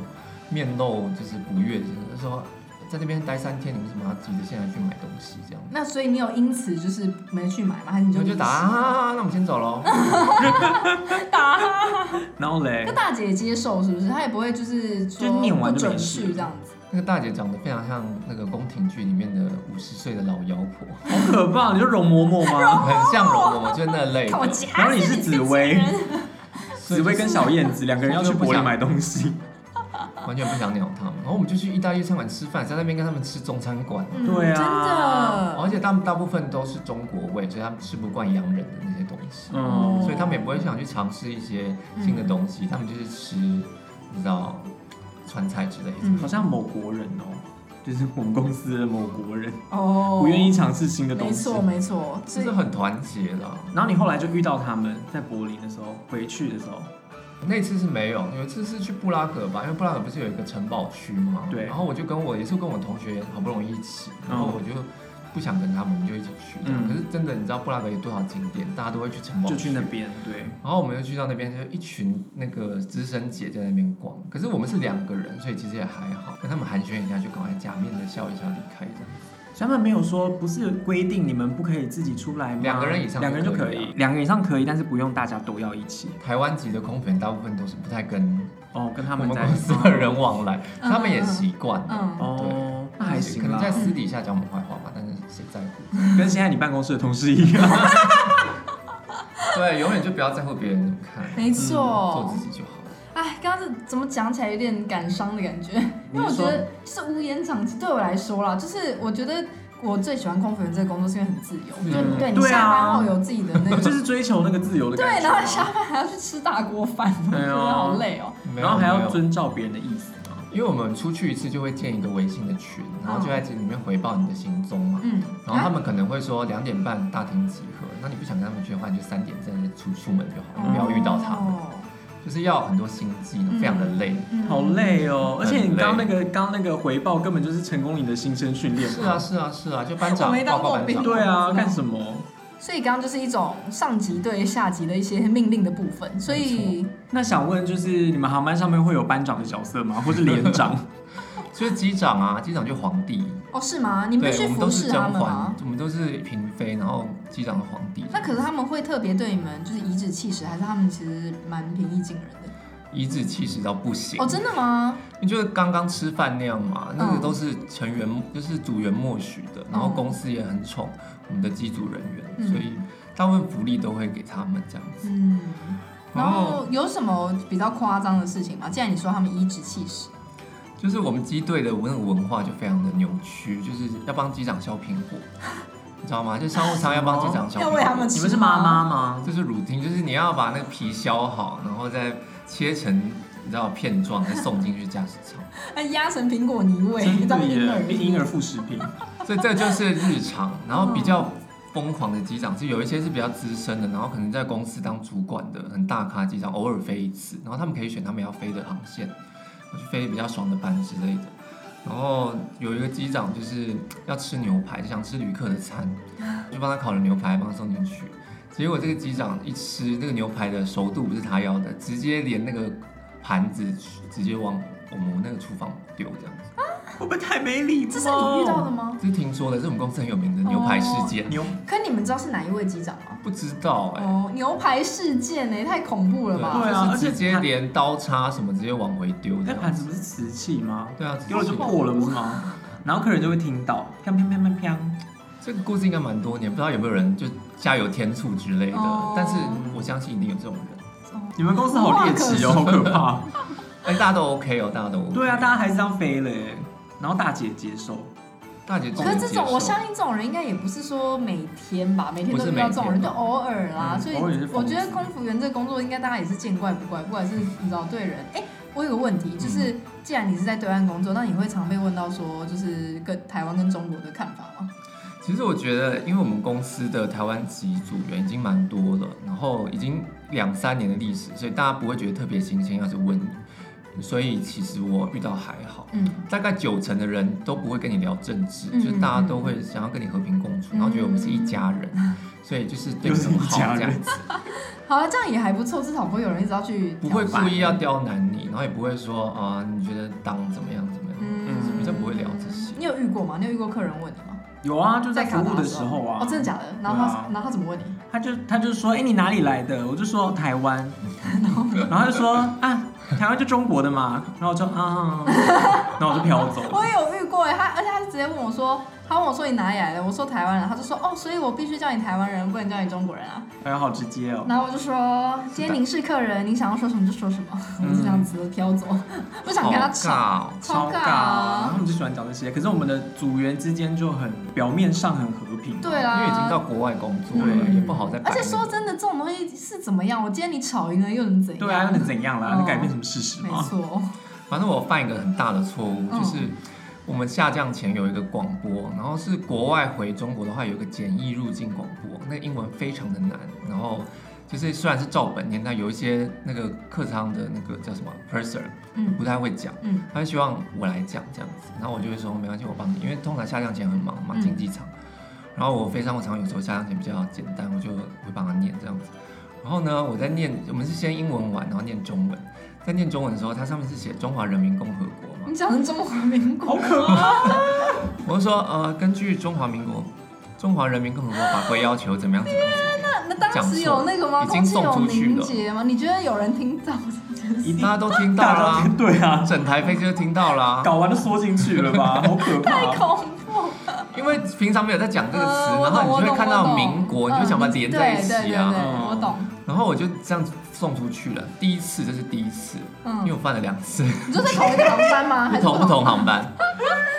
面露就是不悦，就是说在那边待三天，你为什么要急着现在去买东西这样？那所以你有因此就是没去买吗？还是你你就就就打、啊，那我们先走喽。打？然后嘞那，大姐也接受是不是？她也不会就是说就念完不就没准事去这样子。 那个大姐长得非常像那个宫廷剧里面的五十岁的老妖婆，好可怕！你就容嬷嬷吗？很像容嬷嬷，就那 类看我的。夹然后你死是这紫贱薇人所以紫就薇跟小燕子两个人要去柏林买 东西。完全不想鸟他们。然后我们就去意大利餐馆吃饭，在那边跟他们吃中餐馆。嗯对啊真的。而且他们大部分都是中国味，所以他们吃不惯洋人的那些东西，嗯，所以他们也不会想去尝试一些新的东西，他们就是吃，你知道，川菜之类的。嗯好像某国人哦，就是我们公司的某国人，哦，不愿意尝试新的没东西。错没错，就所以是很团结啦。然后你后来就遇到他们在柏林的时候，回去的时候，那次是没有，有一次是去布拉格吧，因为布拉格不是有一个城堡区嘛，对然后我就跟我也是跟我同学好不容易一起，然后嗯我就不想跟他们，我们就一起去这样。嗯可是真的，你知道布拉格有多少景点，大家都会去城堡就区去那。边，对，然后我们就去到那边，就一群那个资深姐在那边逛。可是我们是两个人，所以其实也还好。跟他们寒暄一下，就赶快假面的笑一笑离开这样。所以他们没有说不是规定你们不可以自己出来吗？两个人以上两个人就就可可以以啊，两个人以上可以，但是不用大家都要一起台湾籍的空服员大部分都是不太跟哦，跟他我们们在公司的人往来，嗯他们也习惯了。嗯，哦，那还行可能啦在，私底下讲我们坏话吧，但是谁在乎？跟现在你办公室的同事 一样。对，永远就不要在乎别人怎么看，没做错。自己就好了。哎，刚刚这怎么讲起来有点感伤的感觉，因为我你是觉说得就是乌烟瘴气。对我来说啦，就是我觉得我最喜欢空服员这个工作，是因为很自由，嗯就对你对啊下班后有自己的那 就 个，是追求那个自由的对，感觉然后嘛，下班还要去吃大锅饭，我对觉啊得好累哦。没有然后还没要有遵照别人的意思嘛。因为我们出去一次就会建一个微信的群，然后就在群里面回报你的行踪嘛。嗯，然后他们可能会说两点半大厅集合，那你不想跟他们去的话，你就三点再出出门就好，嗯你不要遇到他们，啊哦就是要很多心机，非常的累。嗯好累哦，而且你很累刚刚那个刚刚那个回报根本就是成功你的新生训练嘛。是啊是啊是啊，就班我长没当报过告班兵长，对啊，嗯干什么？所以刚刚就是一种上级对下级的一些命令的部分，所以那想问就是你们航班上面会有班长的角色吗？或是连长？ 就是机长啊，机长就皇帝，哦是吗？你必对，须我们服都是侍甄他们嬛吗？，我们都是嫔妃，然后机长的皇帝。那可是他们会特别对你们就是颐指气使，还是他们其实蛮平易近人的？颐指气使到不行哦，真的吗？你就是刚刚吃饭那样嘛，那嗯个都是成员，就是组员默许的，然后公司也很宠我们的机组人员，嗯所以大部分福利都会给他们这样子。嗯。然哦后有什么比较夸张的事情吗？既然你说他们颐指气使，就是我们机队的那个文化就非常的扭曲，就是要帮机长削苹果，你知道吗？就商务舱要帮机长削苹要果，喂他们吃。你们是妈？妈吗？这是乳钉，就是你要把那个皮削好，然后再切成你知道片状，再送进去驾驶舱。哎，压成苹果泥味，真的当婴耶，儿。婴儿副食品。所以这就是日常。然后比较疯狂的机长是有一些是比较资深的，然后可能在公司当主管的很大咖哦机长，偶尔飞一次，然后他们可以选他们要飞的航线，去飞比较爽的班之类的。然后有一个机长就是要吃牛排，就想吃旅客的餐，就帮他烤了牛排，帮他送进去。结果这个机长一吃，那个牛排的熟度不是他要的，直接连那个盘子直接往我们那个厨房丢，这样子。会不会太没礼貌？这是你遇到的吗？这是听说的，这是我们公司很有名的牛排事件。牛可你们知道是哪一位机长吗？不知道哎、哦，牛排事件呢，太恐怖了吧！对啊就是而且直接盘连刀叉什么直接往回丢这那样盘子。子不是瓷器吗？对啊，丢了就直接破了不是吗？然后客人就会听到，砰砰砰砰砰。这个故事应该蛮多年，不知道有没有人就加油添醋之类的，哦但是我相信一定有这种人。你们公司好猎奇哦，好可 怕。哎，大家都 OK 哦，大家都 OK。对啊，大家还是这样飞了耶。然后大姐接受，大姐，可是这种，我相信这种人应该也不是说每天吧，每天都遇到这种人，不是每就天偶尔啦。嗯所以偶尔也是我疯子觉得空服员这个工作，应该大家也是见怪不怪，不管是你知道对人。哎、我有个问题，就是既然你是在对岸工作，那你会常被问到说，就是跟台湾跟中国的看法吗？其实我觉得，因为我们公司的台湾籍组员已经蛮多了，然后已经两三年的历史，所以大家不会觉得特别新鲜，要是问你，所以其实我遇到还好。嗯，大概九成的人都不会跟你聊政治，嗯就是大家都会想要跟你和平共处，嗯然后觉得我们是一家人，所以就是对我们很好又是一家人这 样子，好啊了，这样也还不错，至少不会有人一直要去不会挑故战意要刁难你，然后也不会说啊、你觉得党怎么样怎么样，嗯，比较不会聊这些。你有遇过吗？你有遇过客人问你吗？有啊，就在卡服达务的时候啊哦，，真的假的？然后他，对啊然后他怎么问你？他就他就说，哎，你哪里来的？我就说台湾， 然后他就说啊，台湾就中国的嘛。然后我就啊，然 后我就飘走了。我也有遇过哎，他而且他是直接问我说，他问我说你哪里来的？我说台湾人，他就说哦，所以我必须叫你台湾人，不能叫你中国人啊。哎呀，好直接哦。然后我就说，今天您是客人，您想要说什么就说什么，我就这样子飘走，不想嗯好跟他尬吵，哦，超尬他啊。们就喜欢讲这些。可是我们的组员之间就很表面上很和平，对啊哦因为已经到啦，国外工作了，对也不好再摆嗯而那个。且说真的，这种东西是怎么样？我今天你吵赢了又能怎样？对啊，又能怎样啦？哦能改变什么事实没吗？错，反正我犯一个很大的错误，嗯就是我们下降前有一个广播，然后是国外回中国的话有一个简易入境广播，那个英文非常的难，然后。就是虽然是照本念，但有一些那个客舱的那个叫什么 purser 嗯不太会讲，嗯他希望我来讲这样子，然后我就会说没关系，我帮你，因为通常下降前很忙嘛，嗯经济舱，然后我飞商务舱有时候下降前比较简单，我就会帮他念这样子。然后呢，我在念，我们是先英文完，然后念中文。在念中文的时候，它上面是写中华人民共和国嘛，你讲的中华民国， 好可怕！我就说呃，根据中华民国中华人民共和国法规要求，怎么样怎么样怎么样。那那当时有那个吗？已经空气送有出去凝了结吗？你觉得有人听到这件事？ 大家都听到大啦、家对啊，整台飞机都听到啦、搞完就缩进去了 吧，好可太怕！恐怖了！因为平常没有在讲这个词，呃然后你就我懂会看我到懂民国，你就嗯想把它连在一对对起对啊。对，我懂。然后我就这样送出去了，第一次这是第一次，因为嗯，我犯了两次，你就在同一个航班 吗？还不是同不同航班。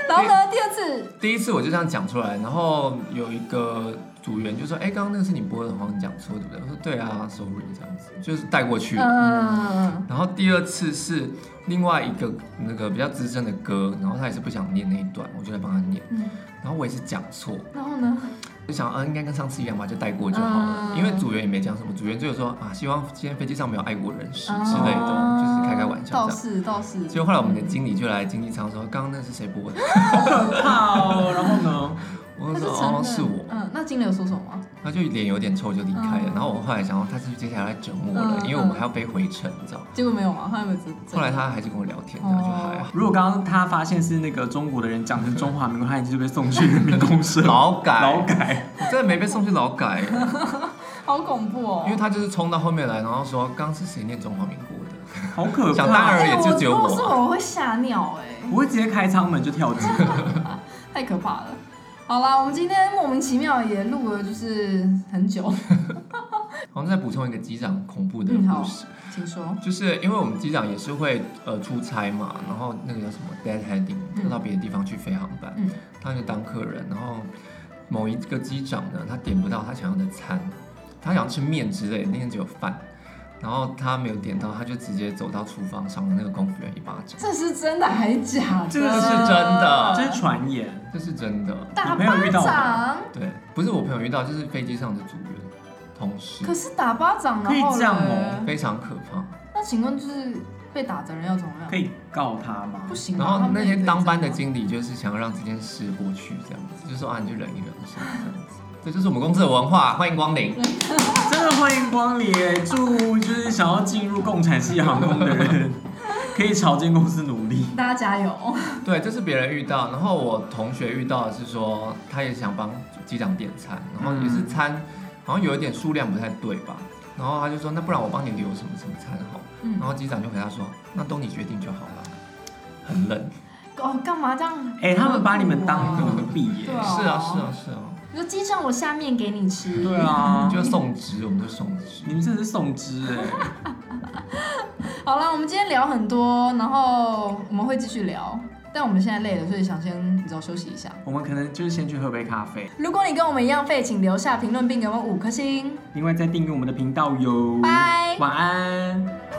然后呢，第二次，第一次我就这样讲出来，然后有一个组员就说：“哎，刚刚那个是你播的，好像你讲错，对不对？”我说：“对啊，sorry，这样子就是带过去了。嗯，然后第二次是另外一个那个比较资深的歌，然后他也是不想念那一段，我就来帮他念，嗯然后我也是讲错，然后呢？就想，嗯、应该跟上次一样吧，就带过就好了。嗯因为组员也没讲什么，组员就说啊，希望今天飞机上没有爱国人士之类的，哦就是开开玩笑倒这样。是倒是。结果后来我们的经理就来经济舱说，刚刚那是谁播的？怕哦，然后呢？他我 就是说承哦，认，是我。嗯，那经理有说什么吗？他就脸有点臭就离开了。嗯然后我后来想说，他是不是接下来整我了？嗯因为我们还要飞回程，你知道吗。结果没有吗？他有没有知？后来他还是跟我聊天，这样就哦还好。如果刚刚他发现是那个中国的人讲的是中华民国，他已经被送去人民公 社劳改，劳改，我真的没被送去劳改，好恐怖哦！因为他就是冲到后面来，然后说刚刚是谁念中华民国的？好可想当怕！然哎也就只有我，我啊如果是我我会吓尿哎、我会直接开舱门就 跳进。太可怕了。好啦，我们今天莫名其妙也录了，就是很久，好像再补充一个机长恐怖的嗯好故事。请说。就是因为我们机长也是会呃出差嘛，然后那个叫什么 deadheading，、嗯到别的地方去飞航班，嗯他就当客人，然后某一个机长呢，他点不到他想要的餐，他想吃面之类的，那天只有饭，然后他没有点到，他就直接走到厨房赏了那个空服员一巴掌，这是真的还假的？这个是真的这是传言，这是真的，打你朋友巴遇到掌，对，不是我朋友遇到，就是飞机上的组员同事可，是打巴掌可以然后这样嘞哦非常可怕。那请问就是被打的人要怎么样可？以告他吗不？行吧。啊然后他们那也可以天当班的这样经理就是想要让这件事过去，这样子，就说啊，你就忍一忍，是这样子。这就是我们公司的文化，欢迎光临。真的欢迎光临，祝就是想要进入共产系航空的人，可以朝这间公司努力。吗 大家加油。 对，这是别人遇到，然后我同学遇到的是说，他也想帮机长点餐，然后也嗯是餐，好像有一点数量不太对吧，然后他就说，那不然我帮你留什么什么餐好，嗯然，后机长就回答说，那都你决定就好了。很冷，哦，干嘛这样？哦哎、他们把你们当奴婢耶对！啊是啊是啊是啊，你说机长，我下面给你吃。对啊，就送职，我们就送职。你们真的是送之哎、好了，我们今天聊很多，然后我们会继续聊，但我们现在累了，所以想先你知道休息一下。我们可能就是先去喝杯咖啡，如果你跟我们一样废，请留下评论并给我们五颗星。另外再订阅我们的频道哟。拜晚安。